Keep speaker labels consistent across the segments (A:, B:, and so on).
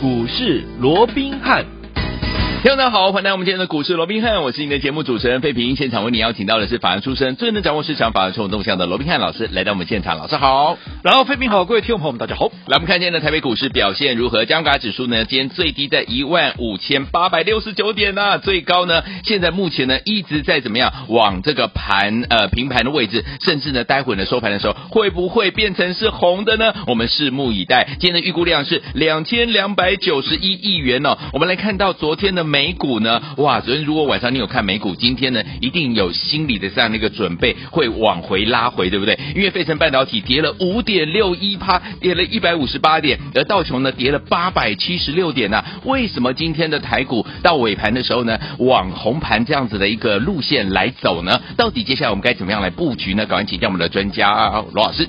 A: 股市罗宾汉。
B: 听众大家好，欢迎来到我们今天的股市罗宾汉，我是您的节目主持人费平。现场为您邀请到的是法案出身、最能掌握市场法案冲动向的罗宾汉老师，来到我们现场，老师好。
A: 然后，飞平好，各位听众朋友们，大家好。
B: 来，我们看今天的台北股市表现如何？加权指数呢，今天最低在一万五千八百六十九点呐、最高呢，现在目前呢一直在怎么样往这个盘呃平盘的位置，甚至呢待会呢收盘的时候会不会变成是红的呢？我们拭目以待。今天的预估量是两千两百九十一亿元哦。我们来看到昨天的美股呢，哇，昨天如果晚上你有看美股，今天呢一定有心理的这样的一个准备，会往回拉回，对不对？因为费城半导体跌了五点六一趴，跌了一百五十八点，而道琼呢跌了八百七十六点呐、啊为什么今天的台股到尾盘的时候呢，往红盘这样子的一个路线来走呢？到底接下来我们该怎么样来布局呢？赶快请教我们的专家啊罗老师。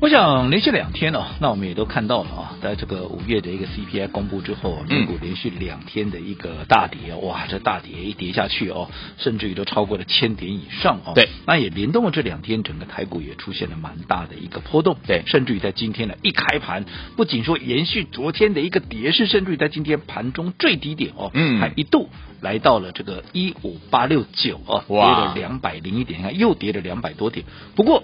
A: 我想连续两天哦，那我们也都看到了啊，在这个五月的一个 CPI 公布之后，哦
B: 嗯
A: 美股连续两天的一个大跌，哦哇，这大跌一跌下去哦，甚至于都超过了千点以上哦。
B: 对，
A: 那也联动了这两天，整个台股也出现了蛮大的一个波动。
B: 对
A: 甚至于在今天呢，一开盘不仅说延续昨天的一个跌势，甚至于在今天盘中最低点哦，
B: 嗯
A: 还一度来到了这个一五八六九哦，跌
B: 哇
A: 了两百零一点，你看又跌了两百多点。不过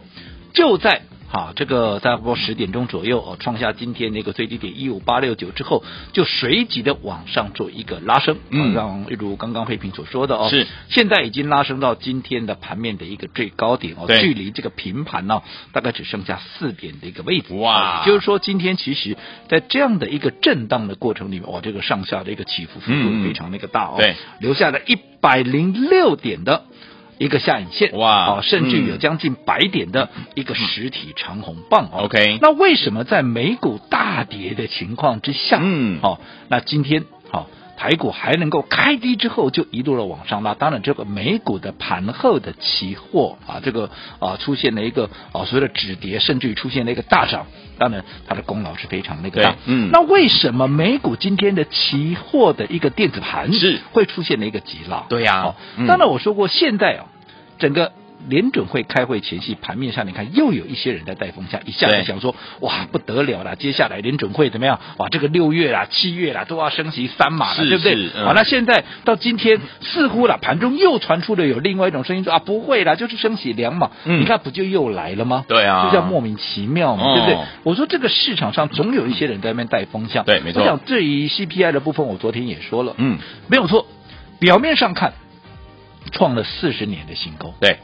A: 就在哈、这个差不多十点钟左右哦，创下今天那个最低点一五八六九之后，就随即的往上做一个拉升，啊
B: 嗯
A: 让一如刚刚佩平所说的哦，
B: 是
A: 现在已经拉升到今天的盘面的一个最高点哦，
B: 对
A: 距离这个平盘呢、大概只剩下四点的一个位置
B: 哇
A: 也就是说今天其实在这样的一个震荡的过程里面，哦哇，这个上下的一个起伏幅
B: 嗯嗯
A: 度非常那个大哦，
B: 对，
A: 留下了一百零六点的。一个下影线
B: 哇
A: 哦，甚至
B: 嗯
A: 有将近百点的一个实体长红棒哦。
B: OK
A: 那为什么在美股大跌的情况之下，
B: 嗯
A: 好、那今天好、台股还能够开低之后就一路的往上拉，当然这个美股的盘后的期货啊，这个啊出现了一个啊所谓的止跌，甚至于出现了一个大涨，当然它的功劳是非常那个
B: 对
A: 大。
B: 嗯
A: 那为什么美股今天的期货的一个电子盘
B: 是
A: 会出现了一个急拉？
B: 对呀
A: 好
B: 嗯
A: 当然我说过现在啊，整个。联准会开会前夕，盘面上你看又有一些人在带风向，一下
B: 对
A: 子想说哇不得了啦，接下来联准会怎么样？哇，这个六月啦、七月啦都要升息三码了，
B: 是
A: 对不对？
B: 是嗯
A: 好，那现在到今天似乎啦，盘中又传出了有另外一种声音说啊不会啦，就是升息两码，
B: 嗯
A: 你看不就又来了吗？
B: 对啊
A: 这叫莫名其妙嘛，
B: 哦
A: 对不对？我说这个市场上总有一些人在那边带风向，
B: 嗯对没错
A: 我想对于 CPI 的部分，我昨天也说了，
B: 嗯，
A: 没有错，表面上看创了四十年的新高，
B: 对，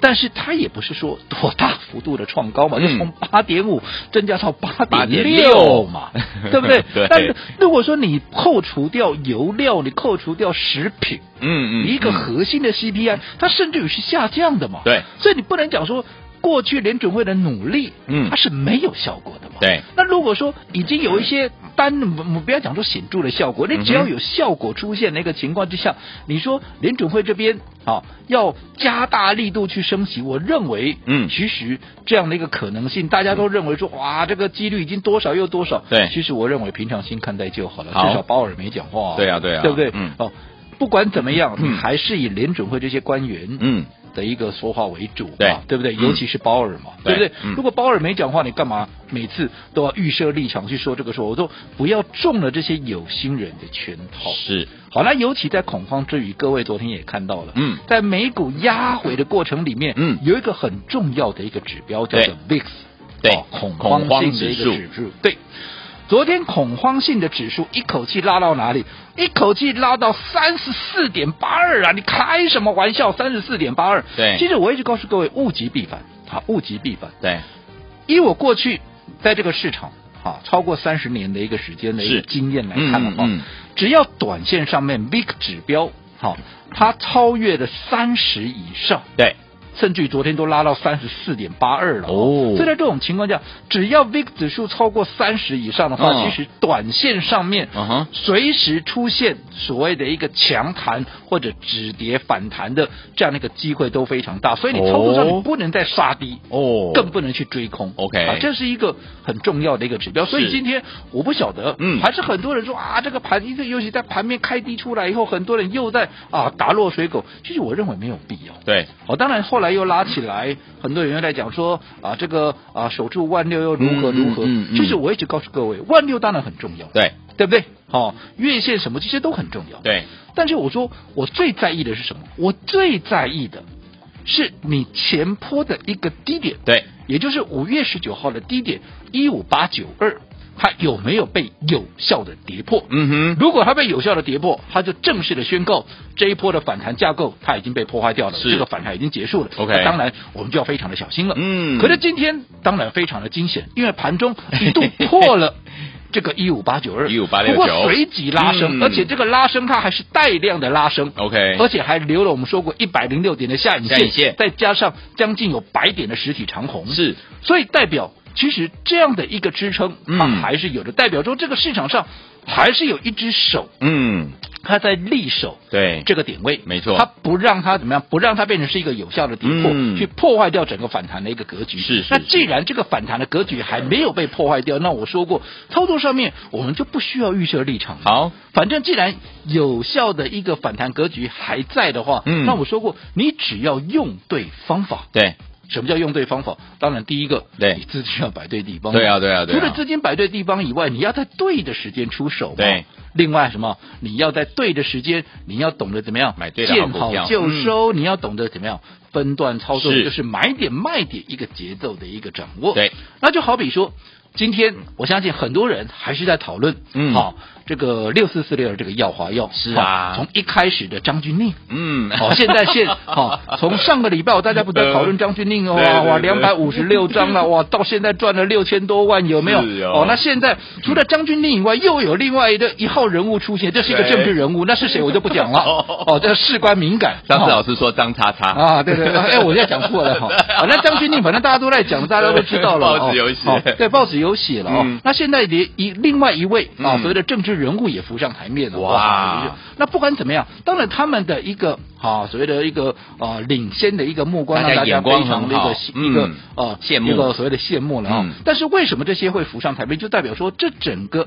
A: 但是它也不是说多大幅度的创高嘛，
B: 嗯
A: 就从八点五增加到八
B: 8.6
A: 点六嘛，对不对？
B: 对
A: 但是如果说你扣除掉油料，你扣除掉食品，
B: 嗯
A: 一个核心的 CPI，它甚至于是下降的嘛。
B: 对，
A: 所以你不能讲说过去联准会的努力，
B: 嗯
A: 它是没有效果的嘛。
B: 对。
A: 那如果说已经有一些单，我们不要讲说显著的效果，
B: 嗯
A: 你
B: 哼
A: 只要有效果出现的一个情况之下，你说联准会这边啊要加大力度去升息，我认为，
B: 嗯
A: 其实这样的一个可能性，大家都认为说，哇，这个几率已经多少又多少。
B: 对
A: 其实我认为平常心看待就好了，
B: 好
A: 至少鲍尔没讲话、
B: 对啊对啊
A: 对不对？
B: 嗯
A: 哦，不管怎么样，
B: 嗯
A: 你还是以联准会这些官员
B: 嗯
A: 的一个说话为主嘛，
B: 对
A: 对不对？
B: 嗯
A: 尤其是鲍尔嘛，
B: 对
A: 对不对？
B: 嗯
A: 如果鲍尔没讲话，你干嘛每次都要预设立场去说这个说？我说不要中了这些有心人的圈套。
B: 是
A: 好那尤其在恐慌之余，各位昨天也看到了，
B: 嗯
A: 在美股压回的过程里面，
B: 嗯
A: 有一个很重要的一个指标叫
B: 对
A: 做 VIX，
B: 对
A: 哦恐
B: 恐
A: 慌
B: 慌
A: 性的一
B: 指
A: 个
B: 数
A: 指数，对。昨天恐慌性的指数一口气拉到哪里？一口气拉到三十四点八二啊！你开什么玩笑？三十四点八二。
B: 对
A: 其实我一直告诉各位，物极必反，好，物极必反。
B: 对，
A: 以我过去在这个市场哈、超过三十年的一个时间的一
B: 是
A: 个经验来看的话，
B: 嗯嗯嗯
A: 只要短线上面 VIX 指标哈、它超越了三十以上，
B: 对，
A: 甚至于昨天都拉到三十四点八二了
B: 哦
A: 所以在这种情况下，只要 VIX 指数超过三十以上的话，
B: 嗯
A: 其实短线上面
B: 嗯哼
A: 随时出现所谓的一个强弹或者止跌反弹的这样的一个机会都非常大，所以你操作上
B: 哦
A: 你不能再杀低
B: 哦
A: 更不能去追空。
B: OK
A: 啊，这是一个很重要的一个指标。所以今天我不晓得，
B: 嗯
A: 还是很多人说啊，这个盘，因为尤其在盘面开低出来以后，很多人又在啊打落水狗。其实我认为没有必要。
B: 对，
A: 好、当然后来来又拉起来，很多人又在讲说啊，这个啊守住万六又如何如何。
B: 嗯嗯嗯嗯
A: 其实我一直告诉各位，万六当然很重要，
B: 对
A: 对不对？哦，月线什么这些都很重要。
B: 对，
A: 但是我说我最在意的是什么？我最在意的是你前坡的一个低点，
B: 对，
A: 也就是五月十九号的低点一五八九二，它有没有被有效的跌破？
B: 嗯哼，
A: 如果它被有效的跌破，它就正式的宣告这一波的反弹架构它已经被破坏掉了，
B: 是
A: 这个反弹已经结束了。
B: OK
A: 那当然我们就要非常的小心了。
B: 嗯
A: 可是今天当然非常的惊险，因为盘中一度破 了这个一五八九二，
B: 15869
A: 不过随即拉升，
B: 嗯
A: 而且这个拉升它还是带量的拉升。
B: OK
A: 而且还留了我们说过一百零六点的下影线，
B: 哎下影线
A: 再加上将近有百点的实体长红，
B: 是，
A: 所以代表其实这样的一个支撑，它
B: 嗯
A: 还是有的，代表说这个市场上还是有一只手，
B: 嗯，
A: 它在力守
B: 对，
A: 这个点位，
B: 没错
A: 它不让它怎么样，不让它变成是一个有效的跌破，
B: 嗯
A: 去破坏掉整个反弹的一个格局。
B: 是是
A: 那
B: 是
A: 既然这个反弹的格局还没有被破坏掉，那我说过，操作上面我们就不需要预设立场。
B: 好，
A: 反正既然有效的一个反弹格局还在的话，
B: 嗯
A: 那我说过，你只要用对方法，
B: 对，
A: 什么叫用对方法？当然，第一个，
B: 对
A: 你资金要摆对地方。
B: 对啊，对啊，对
A: 除了
B: 啊，
A: 资金摆对地方以外，你要在对的时间出手嘛。
B: 对。
A: 另外什么？你要在对的时间，你要懂得怎么样
B: 买对的好
A: 见
B: 股
A: 好
B: 票
A: 就
B: 嗯
A: 收，你要懂得怎么样分段操作，
B: 是
A: 就是买点卖点一个节奏的一个掌握。
B: 对，
A: 那就好比说。今天我相信很多人还是在讨论，
B: 嗯
A: 好、这个六四四六这个耀华药
B: 是啊
A: 好从一开始的张钧甯，
B: 嗯，
A: 好、哦现在 现好、从上个礼拜我大家不在讨论张钧甯哦，
B: 对对
A: 哇哇，
B: 对
A: 两百五十六张了，哇，到现在赚了六千多万，有没有？
B: 是哦
A: 那现在除了张钧甯以外，又有另外一个一号人物出现，这是一个
B: 谁
A: 政治人物，那是谁我就不讲 了，
B: 哦
A: 哦，这事关敏感。
B: 上次
A: 哦
B: 老师说张叉叉
A: 啊，对对，对哎，我现在讲 错了哈。啊，那张钧甯反正大家都在讲，大家都知道了。
B: 报
A: 哦
B: 纸有写
A: 哦对，报纸有写了哦
B: 嗯。
A: 那现在连一另外一位啊，
B: 嗯
A: 所谓的政治人物也浮上台面了。
B: 哇
A: 哦！那不管怎么样，当然他们的一个啊，所谓的一个啊领先的一个目光，
B: 大
A: 让
B: 家
A: 大家
B: 眼光
A: 非常的
B: 很
A: 一
B: 好
A: 个一个
B: 嗯
A: 啊
B: 羡慕
A: 一个所谓的羡慕了啊
B: 嗯。
A: 但是为什么这些会浮上台面，就代表说这整个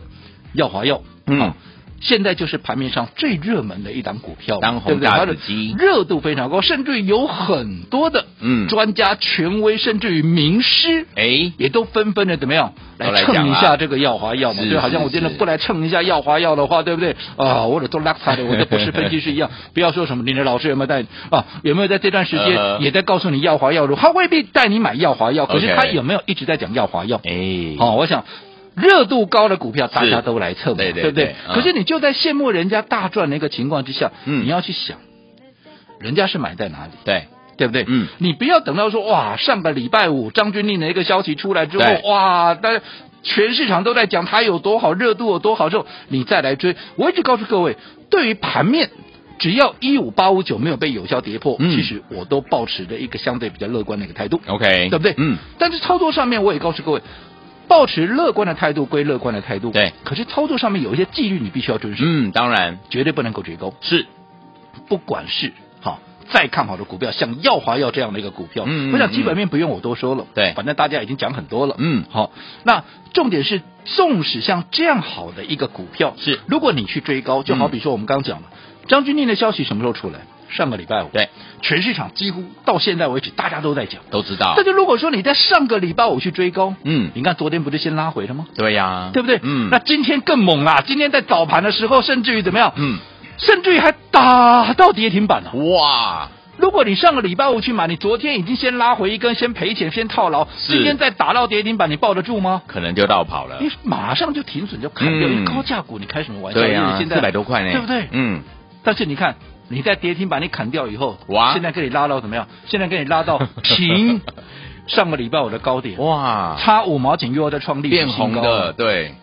A: 耀华药
B: 嗯，
A: 现在就是盘面上最热门的一档股票嘛，
B: 当红
A: 对不对
B: 炸
A: 它的
B: 子鸡
A: 热度非常高，甚至于有很多的
B: 嗯
A: 专家、权威，甚至于名师。
B: 哎，
A: 也都纷纷的怎么样
B: 都来
A: 来
B: 讲
A: 蹭一
B: 啦
A: 下这个耀华药嘛？
B: 是
A: 对，好像
B: 是
A: 我真的
B: 是
A: 不来蹭一下耀华药的话，对不对？啊，我的都拉 差的，我就不是分析师一样。不要说什么你的老师有没有带啊，有没有在这段时
B: 呃
A: 间也在告诉你耀华药？他未必带你买耀华药，可是
B: OK
A: 他有没有一直在讲耀华药？
B: 哎，
A: 哦，我想热度高的股票大家都来蹭嘛，
B: 对对
A: 不对
B: 对？嗯
A: 可是你就在羡慕人家大赚的一个情况之下，
B: 嗯
A: 你要去想，人家是买在哪里。
B: 对，
A: 对不对？
B: 嗯
A: 你不要等到说哇，上个礼拜五张钧甯的一个消息出来之后
B: 对，
A: 哇，大家全市场都在讲它有多好，热度有多好之后，你再来追。我一直告诉各位，对于盘面。只要一五八五九没有被有效跌破，
B: 嗯
A: 其实我都保持着一个相对比较乐观的一个态度。
B: OK，
A: 对不对？
B: 嗯，。
A: 但是操作上面我也告诉各位，保持乐观的态度归乐观的态度，
B: 对。
A: 可是操作上面有一些纪律你必须要遵守，
B: 嗯，当然
A: 绝对不能够追高，
B: 是，
A: 不管是好。再看好的股票，像耀华药这样的一个股票，
B: 嗯嗯
A: 我想基本面不用我多说了，
B: 对
A: 反正大家已经讲很多了，
B: 嗯
A: 好，那重点是，纵使像这样好的一个股票，
B: 是
A: 如果你去追高，就好
B: 嗯
A: 比说我们刚讲了，张钧甯的消息什么时候出来？上个礼拜五，
B: 对，
A: 全市场几乎到现在为止大家都在讲，
B: 都知道
A: 但。是如果说你在上个礼拜五去追高，
B: 嗯，
A: 你看昨天不是先拉回了吗？
B: 对呀、
A: 对不对？
B: 嗯，
A: 那今天更猛啦！今天在早盘的时候，甚至于怎么样？
B: 嗯，
A: 甚至于还打到跌停板了、啊
B: 哇，
A: 如果你上个礼拜五去买，你昨天已经先拉回一根，先赔钱，先套牢，
B: 是呃
A: 今天再打到跌停板，你抱得住吗？
B: 可能就绕跑了。
A: 你马上就停损就砍掉，
B: 嗯
A: 因为高价股你开什么玩笑？
B: 对呀、
A: 因为现在
B: 四百多块呢，
A: 对不对？
B: 嗯，
A: 但是你看，你在跌停板你砍掉 以后，
B: 哇
A: 现在给你拉到怎么样？现在给你拉到 平上个礼拜五的高点，
B: 哇，
A: 差五毛钱又要再创历史
B: 啊变
A: 新高
B: 红的，。对，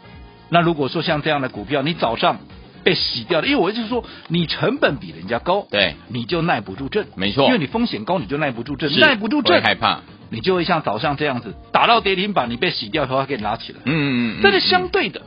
A: 那如果说像这样的股票，你早上被洗掉了，因为我就是说你成本比人家高，
B: 对，
A: 你就耐不住震，
B: 没错
A: 因为你风险高，你就耐不住震，
B: 是
A: 耐不住
B: 会
A: 震，
B: 害怕。
A: 你就会像早上这样子打到跌停板，你被洗掉以后，它给你拉起来。
B: 嗯嗯嗯，嗯
A: 但是相对的，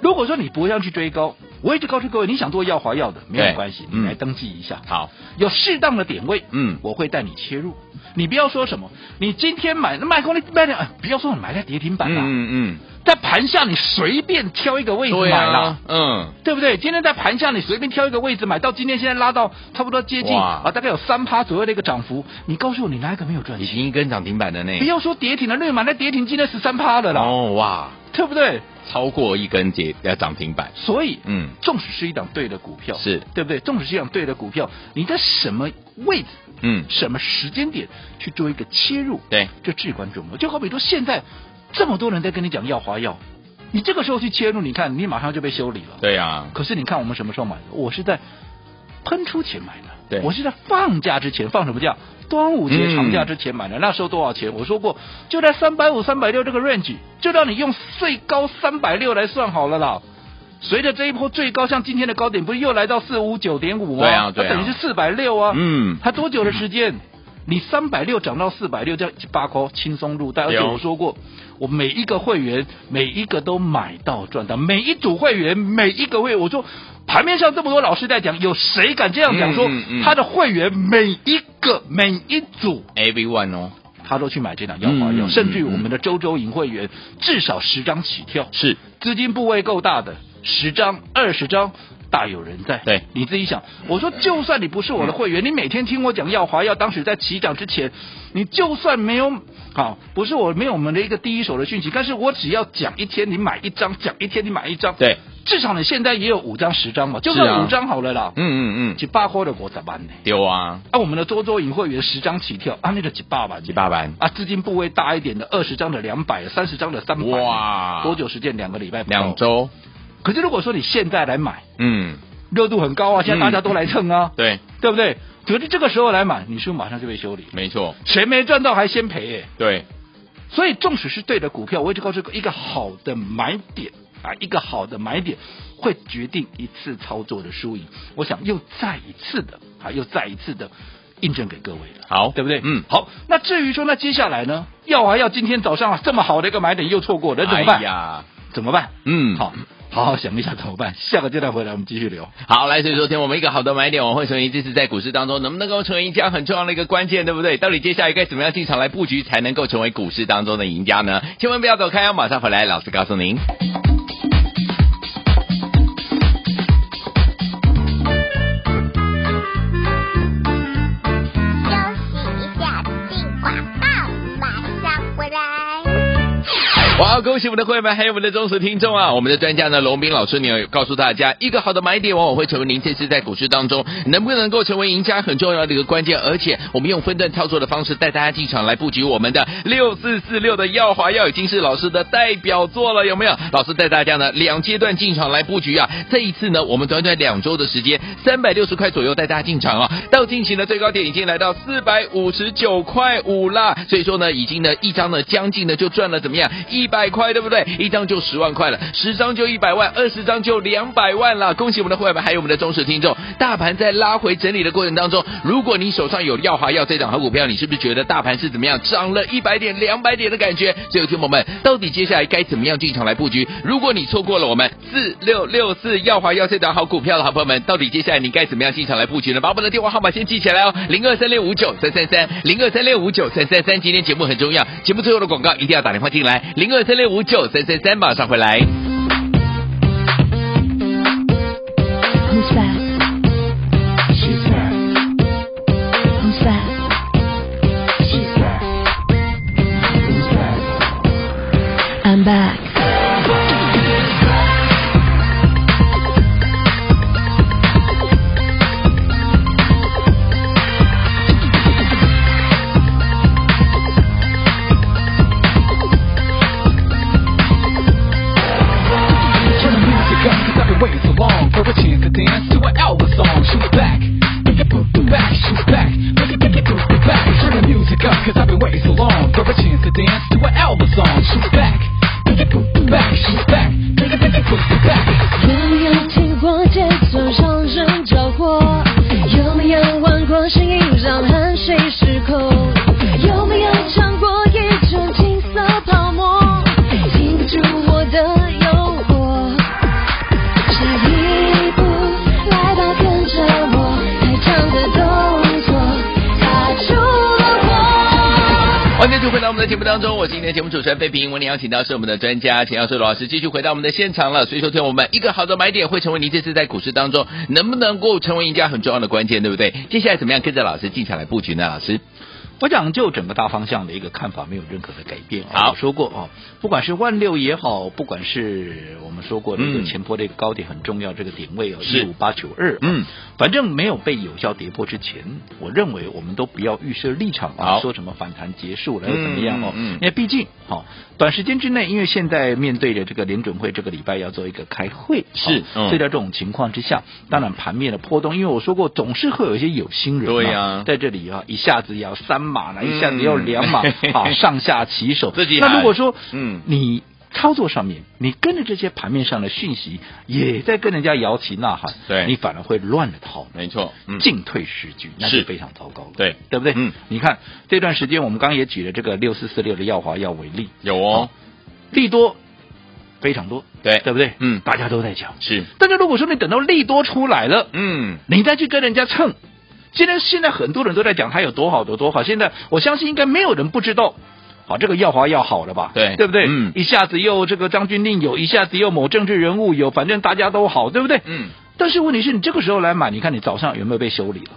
A: 如果说你不要去追高，我一直告诉各位，你想做耀华药的没有
B: 对
A: 关系，
B: 嗯
A: 你来登记一下，
B: 好，
A: 有适当的点位，
B: 嗯
A: 我会带你切入。你不要说什么，你今天买那卖空，你卖掉，哎不要说你买在跌停板
B: 嗯
A: 啊，
B: 嗯嗯，
A: 在盘下你随便挑一个位置
B: 对
A: 买啦
B: 啊。，嗯，
A: 对不对？今天在盘下，你随便挑一个位置买，到今天现在拉到差不多接近
B: 哇
A: 啊，大概有三趴左右的一个涨幅。你告诉我，你哪一个没有赚
B: 已
A: 钱？
B: 经跟涨停板的呢
A: 不。要说跌停了，瑞满那跌停今天十三趴了啦，
B: 哦哇，
A: 对不对？
B: 超过一根节要涨停板，
A: 所以，
B: 嗯，
A: 纵使是一档对的股票，
B: 是
A: 对不对？纵使是一档对的股票，你在什么位置、
B: 嗯，
A: 什么时间点去做一个切入，
B: 对，
A: 这至关重要。就好比说，现在这么多人在跟你讲要华药，你这个时候去切入，你看你马上就被修理了。
B: 对啊，
A: 可是你看我们什么时候买的？我是在喷出前买的，
B: 对嗯
A: 我是在放假之前放什么假？端午节长假之前买的，那时候多少钱？我说过，就在三百五、三百六这个 range，就让你用最高三百六来算好了啦。随着这一波最高，像今天的高点，不是又来到四五九点五吗？
B: 对啊对啊
A: 它等于是四百六啊。
B: 嗯，
A: 它多久的时间？你三百六涨到四百六，这样八块轻松入袋。而
B: 对
A: 且
B: 哦
A: 我说过，我每一个会员每一个都买到赚到，每一组会员每一个会员，我说盘面上这么多老师在讲，有谁敢这样讲
B: 嗯
A: 说
B: 嗯嗯
A: 他的会员每一个每一组
B: everyone 哦，
A: 他都去买这档药华药，
B: 嗯嗯
A: 甚至于
B: 嗯
A: 我们的周周营会员至少十张起跳，
B: 是
A: 资金部位够大的，十张、二十张。大有人在，
B: 对嗯
A: 你自己想。我说，就算你不是我的会员，你每天听我讲耀华药，当时在起涨之前，你就算没有好，不是我没有我们的一个第一手的讯息，但是我只要讲一天，你买一张；讲一天，你买一张。，
B: 对，
A: 至少你现在也有五张、十张嘛，就是
B: 啊
A: 算五张好了啦。
B: 嗯嗯嗯，
A: 几百块的我咋办呢？
B: 丢啊，
A: 啊，我们的多多银会员十张起跳，啊，那个几百吧，
B: 几百万，
A: 啊，资金部位大一点的，二十张的两百，三十张的三百，
B: 哇
A: 多久时间？两个礼拜，
B: 两。周，
A: 可是如果说你现在来买，
B: 嗯，
A: 热度很高啊，现在大家都来蹭啊，
B: 对，
A: 对不对？可是这个时候来买，你是不是马上就被修理？
B: 没错，
A: 谁没赚到还先赔耶、
B: 对，
A: 所以纵使是对的股票，我一直告诉各位一个好的买点啊，一个好的买点会决定一次操作的输赢。我想又再一次的啊，又再一次的印证给各位了。
B: 好，
A: 对不对？
B: 嗯，
A: 好。那至于说，那接下来呢？要还要今天早上、啊、这么好的一个买点又错过了，怎么办？
B: 哎呀，
A: 怎么办？
B: 嗯，
A: 好，好好想一下怎么办。下个阶段回来我们继续聊。
B: 好，来，所以昨天我们一个好的买点，我会成为这次在股市当中能不能够成为赢家，很重要的一个关键，对不对？到底接下来该怎么样进场来布局，才能够成为股市当中的赢家呢？千万不要走开哦，马上回来，老师告诉您。
C: 休息一下，进广告，马上回来。
B: 哇，恭喜我们的会员们，还有我们的忠实听众啊！我们的专家呢，龙斌老师，你有告诉大家，一个好的买点往往会成为您这次在股市当中能不能够成为赢家很重要的一个关键。而且，我们用分段操作的方式带大家进场来布局我们的六四四六的耀华药，已经是老师的代表作了，有没有？老师带大家呢两阶段进场来布局啊！这一次呢，我们短短两周的时间，三百六十块左右带大家进场啊，到近期的最高点已经来到四百五十九块五啦，所以说呢，已经呢一张呢将近呢就赚了怎么样一百块，对不对？一张就十万块了，十张就一百万，二十张就两百万了。恭喜我们的会员们，还有我们的忠实听众。大盘在拉回整理的过程当中，如果你手上有耀华药这档好股票，你是不是觉得大盘是怎么样涨了一百点、两百点的感觉？所以，听众朋友们，到底接下来该怎么样进场来布局？如果你错过了我们四六六四耀华药这档好股票的好朋友们，到底接下来你该怎么样进场来布局呢？把我们的电话号码先记起来哦，零二三六五九三三三，零二三六五九三三三。今天节目很重要，节目最后的广告一定要打电话进来，零二三六五九三三三，马上回来。
D: Who's that? She's back. Who's that? She's back. Who's that? I'm back.
E: turn the music up cause I've been waiting so long for a chance to dance to an Elvis song. She was back, make it boop boop back. She was back, make it make it boop boop back. Turn the music up cause I've been waiting so long for a chance to dance to an Elvis song. She was back, make it boop boop back. She was back, make it make it boop boop back.
F: 有没有听过街头上人交火？有没有玩过新衣让汗水失控？有没有尝过一种金色泡沫？停不住我的诱惑。下一步，来吧，跟着我，太长的动作卡住了我。
B: 欢迎继续回到我们的在节目当中，我是今天节目主持人费平，为您邀请到是我们的专家钱耀寿老师，继续回到我们的现场了。所以说，听我们一个好的买点会成为您这次在股市当中能不能够成为赢家很重要的关键，对不对？接下来怎么样跟着老师进场来布局呢？老师，
A: 我讲就整个大方向的一个看法没有任何的改变啊。
B: 好
A: 我说过哦，不管是万六也好，不管是我们说过这
B: 嗯
A: 个前波这个高点很重要，这个点位哦一
B: 是
A: 五八九二，
B: 嗯，
A: 反正没有被有效跌破之前，我认为我们都不要预设立场
B: 好
A: 啊，说什么反弹结束了又怎么样哦，
B: 嗯嗯嗯
A: 因为毕竟好、短时间之内，因为现在面对着这个联准会这个礼拜要做一个开会，啊
B: 是
A: 好
B: 嗯
A: 所以在这种情况之下，当然盘面的波动，因为我说过总是会有一些有心人嘛，
B: 对呀
A: 在这里啊一下子要三码了，
B: 嗯
A: 一下子要 两码，啊上下其手，
B: 自己喊
A: 那如果说
B: 嗯
A: 嗯你。操作上面，你跟着这些盘面上的讯息，也在跟人家摇旗呐喊，
B: 对
A: 你反而会乱了套。
B: 没错，嗯，
A: 进退失据，那
B: 是
A: 是非常糟糕的，
B: 对
A: 对不对？
B: 嗯，
A: 你看这段时间，我们刚刚也举了这个六四四六的耀华药为例，
B: 有哦，
A: 利多非常多，
B: 对
A: 对不对？
B: 嗯
A: 大家都在讲。
B: 是，
A: 但是如果说你等到利多出来了，
B: 嗯，
A: 你再去跟人家蹭，现在现在很多人都在讲它有多好有多好，现在我相信应该没有人不知道。好，这个耀华要好了吧？
B: 对
A: 对不对？
B: 嗯
A: 一下子又这个张军令有，一下子又某政治人物有，反正大家都好，对不对？
B: 嗯，
A: 但是问题是你这个时候来买，你看你早上有没有被修理了？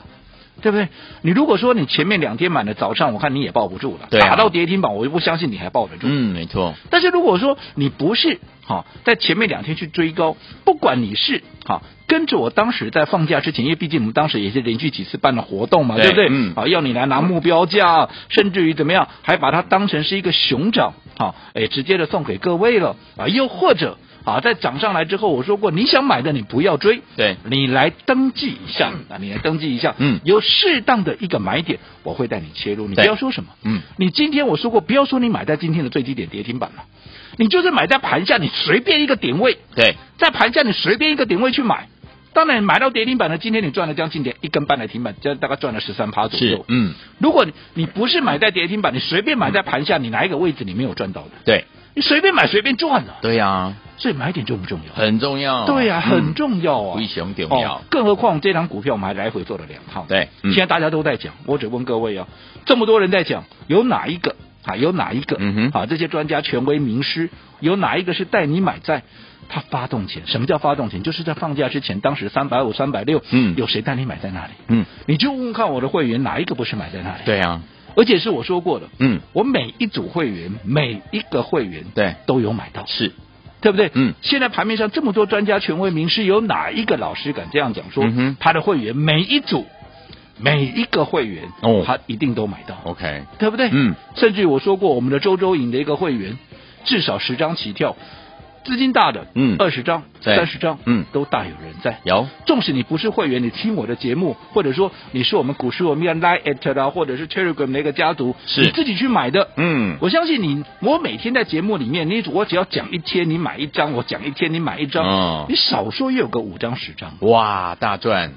A: 对不对？你如果说你前面两天买的早上，我看你也抱不住了，
B: 对啊
A: 打到跌停板，我就不相信你还抱得住。
B: 嗯，没错，
A: 但是如果说你不是哈、在前面两天去追高，不管你是哈、跟着我当时在放假之前，因为毕竟我们当时也是连续几次办了活动嘛，
B: 对
A: 对不对？
B: 嗯
A: 啊，要你来拿目标价，甚至于怎么样，还把它当成是一个熊掌，哈、哎，直接的送给各位了啊，又或者。啊，在涨上来之后，我说过，你想买的你不要追，
B: 对
A: 你来登记一下啊，你来登记一下，
B: 嗯
A: 有适当的一个买点，我会带你切入，你不
B: 对
A: 要说什么，
B: 嗯，
A: 你今天我说过，不要说你买在今天的最低点跌停板了，你就是买在盘下，你随便一个点位，
B: 对，
A: 在盘下你随便一个点位去买。当然，买到跌停板的，今天你赚了将近点一根半的停板，这大概赚了十三趴左
B: 是
A: 右，。
B: 嗯，
A: 如果你你不是买在跌停板，你随便买在盘下，你哪一个位置你没有赚到的？
B: 对，
A: 你随便买随便赚了、
B: 对呀，
A: 所以买点重不重要？
B: 很重要，
A: 对呀、
B: 嗯
A: 很，重要啊，
B: 非常重要
A: 哦更何况这张股票我们还来回做了两趟。
B: 对嗯
A: 现在大家都在讲，我只问各位啊，这么多人在讲，有哪一个啊？有哪一个？
B: 嗯哼
A: 啊，这些专家、权威、名师，有哪一个是带你买在？他发动前，什么叫发动前？就是在放假之前，当时三百五、三百六，
B: 嗯
A: 有谁带你买在那里？
B: 嗯，
A: 你就问问看我的会员哪一个不是买在那里？，
B: 对呀，
A: 而且是我说过的，
B: 嗯，
A: 我每一组会员，每一个会员
B: 对
A: 都有买到，
B: 是，
A: 对不对？
B: 嗯
A: 现在盘面上这么多专家、权威、名师，有哪一个老师敢这样讲说、
B: 嗯哼
A: 他的会员每一组、每一个会员，
B: 哦
A: 他一定都买到，
B: ，OK，
A: 对不对？
B: 嗯，
A: 甚至于我说过，我们的周周营的一个会员，至少十张起跳，资金大的，
B: 嗯
A: 二十张、
B: 对
A: 三十张，
B: 嗯
A: 都大有人在。
B: 有，
A: 纵使你不是会员，你听我的节目，或者说你是我们股市我们要 Line at 啦，或者是 Telegram 的一个家族，
B: 是
A: 你自己去买的，
B: 嗯，
A: 我相信你，我每天在节目里面，你我只要讲一天，你买一张；我讲一天，你买一张。
B: 哦
A: 你少说也有个五张十张。
B: 哇，大赚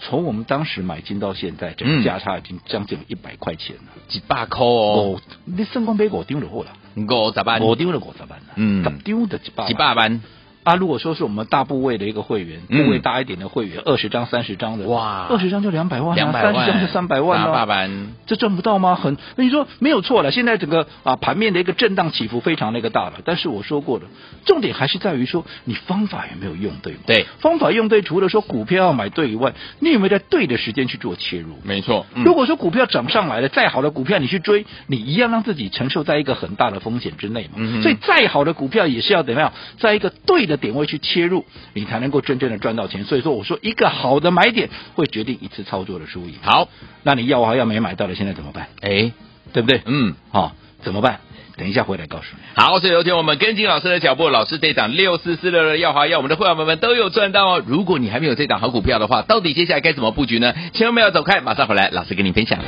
A: 从我们当时买进到现在，整
B: 嗯
A: 个价差已经将近一百块钱了。
B: 几百块哦，
A: 我你算讲买五张就好了，
B: 五十万，
A: 五张就五十万了，
B: 嗯
A: 十张就一百万
B: 几百万，
A: 啊。如果说是我们大部位的一个会员，
B: 嗯
A: 部位大一点的会员，二十张、三十张的，
B: 哇
A: 二十张就两百万
B: 两
A: 啊，
B: 百
A: 三
B: 万，
A: 十张就三百万
B: 八
A: 啊
B: 百。万，
A: 这赚不到吗？很，你说没有错了。现在整个啊盘面的一个震荡起伏非常那个大了，但是我说过了，重点还是在于说你方法有没有用对吗？
B: 对，
A: 方法用对，除了说股票要买对以外，你有没有在对的时间去做切入？
B: 没错，嗯
A: 如果说股票涨上来了，再好的股票你去追，你一样让自己承受在一个很大的风险之内嘛。
B: 嗯哼
A: 所以再好的股票也是要怎么样，在一个对的点位去切入，你才能够真正的赚到钱。所以说，我说一个好的买点会决定一次操作的输赢。
B: 好，
A: 那你要还要没买到的，现在怎么办？
B: 哎，
A: 对不对？
B: 嗯。
A: 好、怎么办？等一下回来告诉你。
B: 好，所以有天我们跟进老师的脚步，老师这档六四四六的耀华耀，我们的会员们都有赚到哦。如果你还没有这档好股票的话，到底接下来该怎么布局呢？千万不要走开，马上回来，老师跟你分享。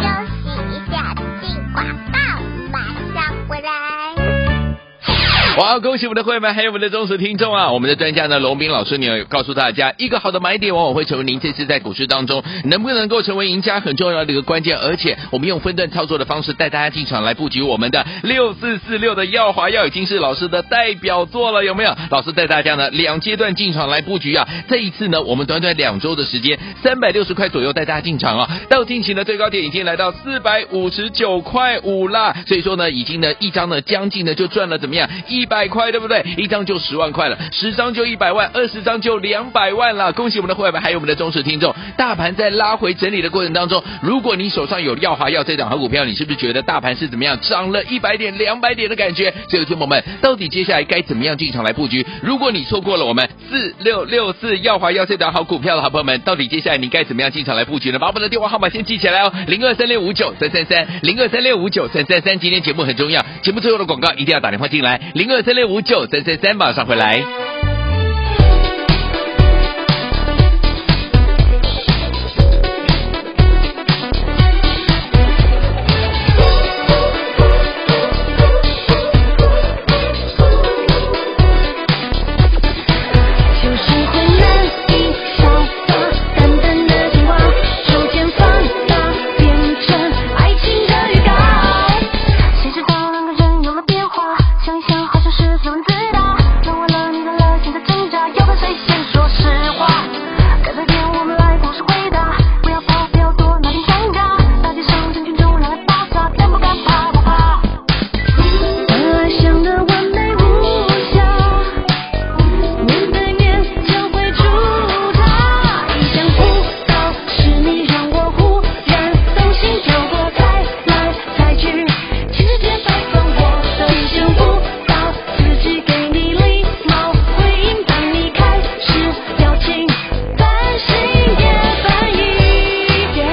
C: 休息一下，进广告，马上回来。
B: 哇，哇，恭喜我们的会员，还有我们的忠实听众啊！我们的专家呢，龙斌老师，你有告诉大家，一个好的买点往往会成为您这次在股市当中能不能够成为赢家很重要的一个关键。而且，我们用分段操作的方式带大家进场来布局我们的六四四六的耀华耀，已经是老师的代表作了，有没有？老师带大家呢两阶段进场来布局啊！这一次呢，我们短短两周的时间，三百六十块左右带大家进场啊，到近期的最高点已经来到四百五十九块五啦。所以说呢，已经呢一张呢将近呢就赚了怎么样一百块，对不对？一张就十万块了，十张就一百万，二十张就两百万了。恭喜我们的会员，还有我们的忠实听众。大盘在拉回整理的过程当中，如果你手上有耀华耀这档好股票，你是不是觉得大盘是怎么样涨了一百点、两百点的感觉？所以，听友们，到底接下来该怎么样进场来布局？如果你错过了我们四六六四耀华耀这档好股票的好朋友们，到底接下来你该怎么样进场来布局呢？把我们的电话号码先记起来哦，零二三六五九三三三，零二三六五九三三三。今天节目很重要，节目最后的广告一定要打电话进来，零二三六五九三三三，马上回来。
F: 就是会难以消化，淡淡的情话，逐渐放大，变成爱情的预告。谁知道两个人有了变化，想一想好像是自问自答。让我了你了了，现在挣扎，要跟谁先说实话？改变点我们来同时回答，不要怕，不要躲，拿定挣扎，大街上人群中拿来爆炸，敢不敢怕不怕？本来想的完美无瑕。面对面教会出他，一想不到是你让我忽然动心，有过猜来猜去，直接猜穿我的。意想不到自己给你礼貌回应，当你开始表情，半信也半疑。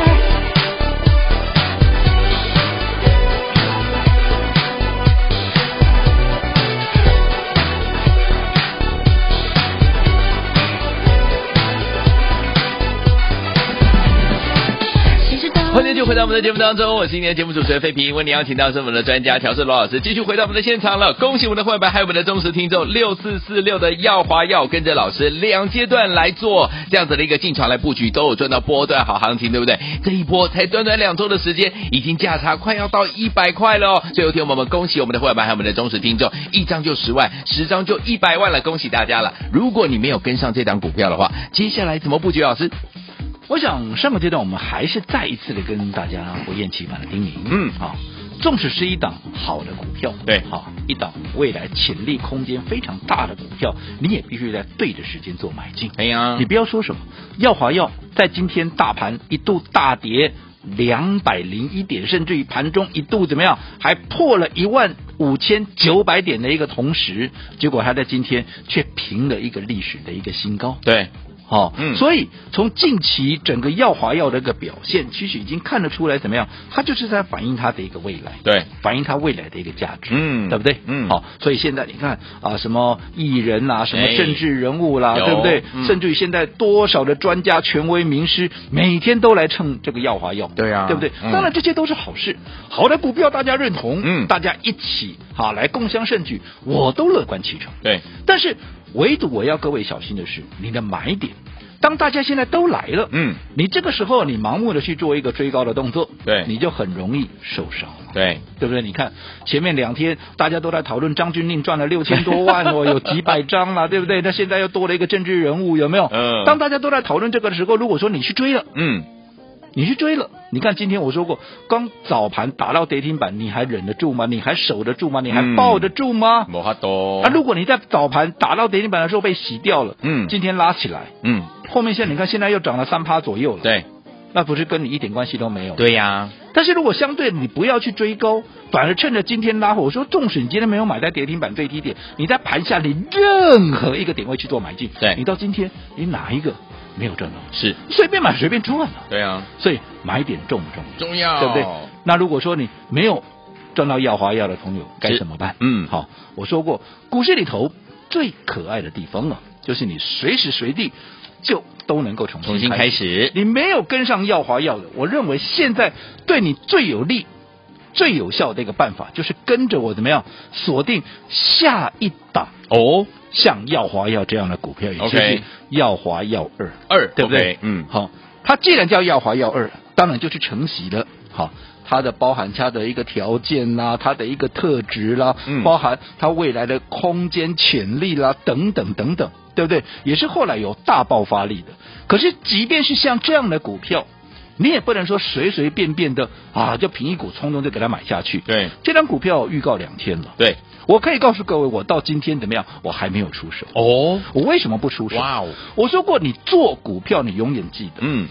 F: 其实当
B: 欢迎继续回到我们的节目当中，我是今天的节目主持人费平，为你邀请到是我们的专家调试罗老师，继续回到我们的现场了。恭喜我们的会员，还有我们的忠实听众六四四六的耀华耀，跟着老师两阶段来做这样子的一个进场来布局，都有赚到波段好行情，对不对？这一波才短短两周的时间，已经价差快要到一百块了哦。最后天我们恭喜我们的会员，还有我们的忠实听众，一张就十万，十张就一百万了，恭喜大家了。如果你没有跟上这档股票的话，接下来怎么布局？老师，
A: 我想上个阶段我们还是再一次的跟大家火焰起反的叮咛，
B: 嗯
A: 啊，纵使是一档好的股票，
B: 对
A: 好一档未来潜力空间非常大的股票，你也必须在对的时间做买进。
B: 哎呀
A: 你不要说什么耀华药，在今天大盘一度大跌两百零一点，甚至于盘中一度怎么样，还破了一万五千九百点的一个同时，结果它在今天却平了一个历史的一个新高。
B: 对，
A: 哦，
B: 嗯
A: 所以从近期整个耀华药的一个表现，其实已经看得出来怎么样，它就是在反映它的一个未来，
B: 对，
A: 反映它未来的一个价值，
B: 嗯
A: 对不对？
B: 嗯
A: 好、所以现在你看啊，什么艺人啦、什么
B: 哎
A: 政治人物啦，
B: 有
A: 对不对？
B: 嗯
A: 甚至于现在多少的专家、权威名师，每天都来蹭这个耀华药，
B: 对啊
A: 对不对？
B: 嗯
A: 当然这些都是好事，好的股票大家认同，
B: 嗯
A: 大家一起好来共襄盛举，我都乐观其成。
B: 对，
A: 但是唯独我要各位小心的是，你的买点，当大家现在都来了，
B: 嗯，
A: 你这个时候你盲目的去做一个追高的动作，
B: 对
A: 你就很容易受伤了。
B: 对，
A: 对不对？你看前面两天大家都在讨论张钧甯赚了六千多万哦，有几百张 啦，对不对？那现在又多了一个政治人物，有没有？
B: 嗯
A: 当大家都在讨论这个的时候，如果说你去追了，
B: 嗯，
A: 你去追了，你看今天我说过，刚早盘打到跌停板，你还忍得住吗？你还守得住吗？你
B: 嗯
A: 还抱得 住吗？
B: 摩哈多
A: 啊，如果你在早盘打到跌停板的时候被洗掉了，
B: 嗯
A: 今天拉起来，
B: 嗯，
A: 后面现在你看现在又涨了三趴左右了，，
B: 对，
A: 那不是跟你一点关系都没有。，
B: 对呀、
A: 但是如果相对你不要去追高，反而趁着今天拉回，我说纵使你今天没有买在跌停板最低点，你在盘下你任何一个点位去做买进，
B: 对
A: 你到今天你哪一个没有赚到？
B: 是，
A: 随便买随便赚啊，
B: 对啊，
A: 所以买点重不重要？
B: 重要，
A: 对不对？那如果说你没有赚到耀华药的朋友，该怎么办？
B: 嗯
A: 好，我说过，股市里头最可爱的地方啊，就是你随时随地就都能够重
B: 重新
A: 新
B: 开。始，
A: 你没有跟上耀华药的，我认为现在对你最有利，最有效的一个办法就是跟着我怎么样锁定下一档
B: 哦，
A: 像耀华耀这样的股票，也就
B: OK
A: 是耀华耀二，
B: 二
A: 对不对
B: OK，嗯，
A: 好、它既然叫耀华耀二，当然就去承袭了。好，它的包含它的一个条件啦、它的一个特质啦、
B: 嗯
A: 包含它未来的空间潜力啦、等等等等，对不对？也是后来有大爆发力的。可是，即便是像这样的股票，你也不能说随随便便的啊，就凭一股冲动就给它买下去。
B: 对
A: 这张股票我预告两天了，
B: 对，
A: 我可以告诉各位，我到今天怎么样，我还没有出手。
B: 哦，
A: 我为什么不出手？
B: 哇哦，
A: 我说过，你做股票，你永远记得，
B: 嗯，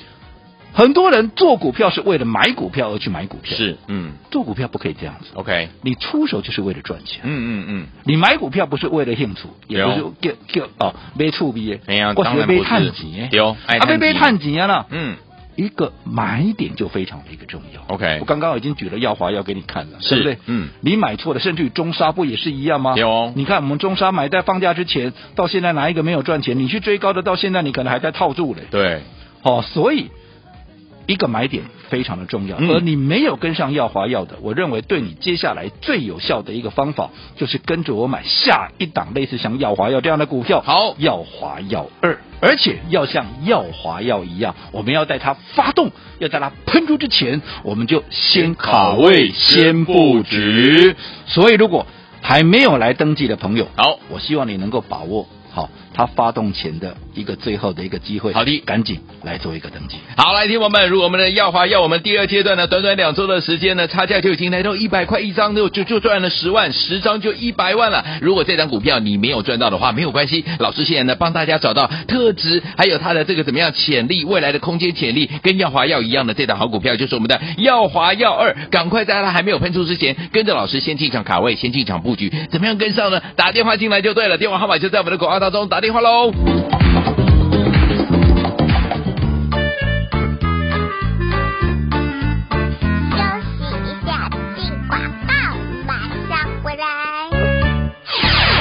A: 很多人做股票是为了买股票而去买股票，
B: 是，嗯
A: 做股票不可以这样子。
B: ，OK，
A: 你出手就是为了赚钱，
B: 嗯嗯嗯，
A: 你买股票不是为了兴趣，也不是
B: 对
A: 叫叫哦买厝币
B: 哎呀
A: 的，或
B: 当然不是
A: 买探钱
B: 对
A: 的，
B: 哦爱
A: 啊
B: 赚
A: 要
B: 钱
A: 买探钱啦。
B: 嗯，
A: 一个买点就非常的一个重要。
B: OK
A: 我刚刚已经举了耀华药给你看了，
B: 是
A: 对不对？
B: 嗯，
A: 你买错了，甚至于中沙不也是一样吗？
B: 有哦
A: 你看我们中沙买在放假之前，到现在哪一个没有赚钱？你去追高的，到现在你可能还在套住嘞。
B: 对，
A: 哦，所以一个买点非常的重要，
B: 嗯
A: 而你没有跟上耀华药的，我认为对你接下来最有效的一个方法，就是跟着我买下一档类似像耀华药这样的股票。
B: 好
A: 耀华药二，而且要像耀华药一样，我们要在它发动，要在它喷出之前，我们就先卡位，先布局。所以，如果还没有来登记的朋友，
B: 好，
A: 我希望你能够把握好它发动前的一个最后的一个机会。
B: 好的
A: 赶紧来做一个登记。
B: 好，来，听我们，如果我们的耀华要我们第二阶段呢，短短两周的时间呢，差价就已经来到一百块一张，就就就赚了十万，十张就一百万了。如果这张股票你没有赚到的话，没有关系，老师现在呢帮大家找到特质，还有它的这个怎么样潜力，未来的空间潜力，跟耀华药一样的这档好股票就是我们的耀华药二，赶快在它还没有喷出之前，跟着老师先进场卡位，先进场布局，怎么样跟上呢？打电话进来就对了，电话号码就在我们的广告当中，打电话喽。
C: 休息一下，进广告，马上回来。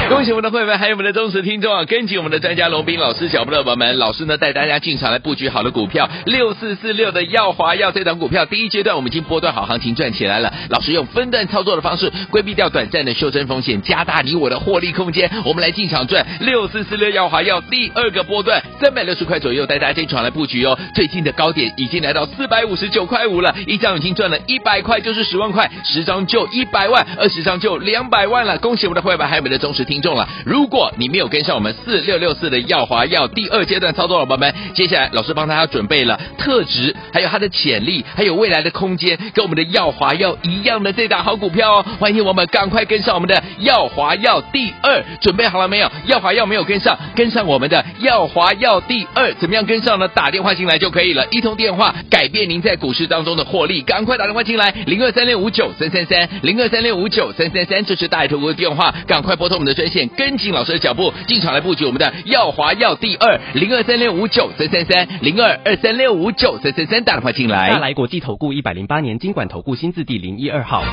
B: 恭喜我们的会员，还有我们的忠实听众啊！跟紧我们的专家龙斌老师脚步的宝宝们，老师呢带大家进场来布局好的股票，六四四六的耀华耀这档股票，第一阶段我们已经波段好行情赚起来了。老师用分段操作的方式，规避掉短暂的修正风险，加大你我的获利空间。我们来进场赚六四四六耀华耀第二个波段，三百六十块左右带大家进场来布局哦。最近的高点已经来到四百五十九块五了，一张已经赚了一百块，就是十万块，十张就一百万，二十张就两百万了。恭喜我们的会员，还有我们的忠实听众了。如果你没有跟上我们四六六四的耀华耀第二阶段操作的宝宝们，接下来老师帮大家准备了特质，还有它的潜力，还有未来的空间，跟我们的耀华耀一样的这档好股票哦。欢迎我们赶快跟上我们的耀华耀第二，准备好了没有？耀华耀没有跟上，跟上我们的耀华耀第二，怎么样跟上呢？打电话进来就可以了，一通电话改变您在股市当中的获利，赶快打电话进来，零二三六五九三三三，零二三六五九三三三，这是大头哥的电话，赶快拨通我们的专线，跟紧老师的脚步，进场来布局我们的耀华耀第二，零二三六五九三三三，零二二三六五九三三三，打电话进
G: 大来国际投顾一百零八年经管投顾新字第零一二号。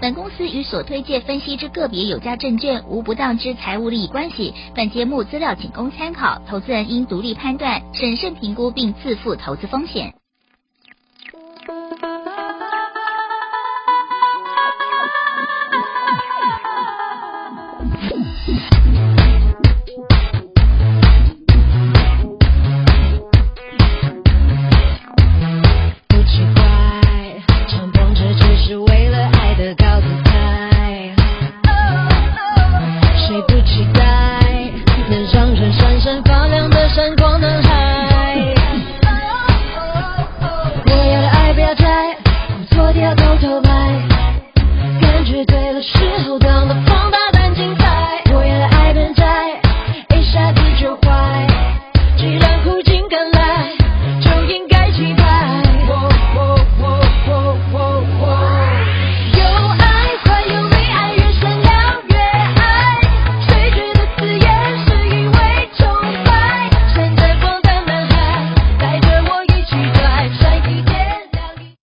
H: 本公司与所推介分析之个别有价证券无不当之财务利益关系。本节目资料仅供参考，投资人应独立判断、审慎评估并自负投资风险。
F: 不奇怪，嘲讽这只是为了爱的高姿态。
C: 哦
F: 谁不期待能让人闪闪发亮的闪光男孩？
C: 哦
F: 我要的爱不要摘，我错掉偷偷拍，感觉对了时候的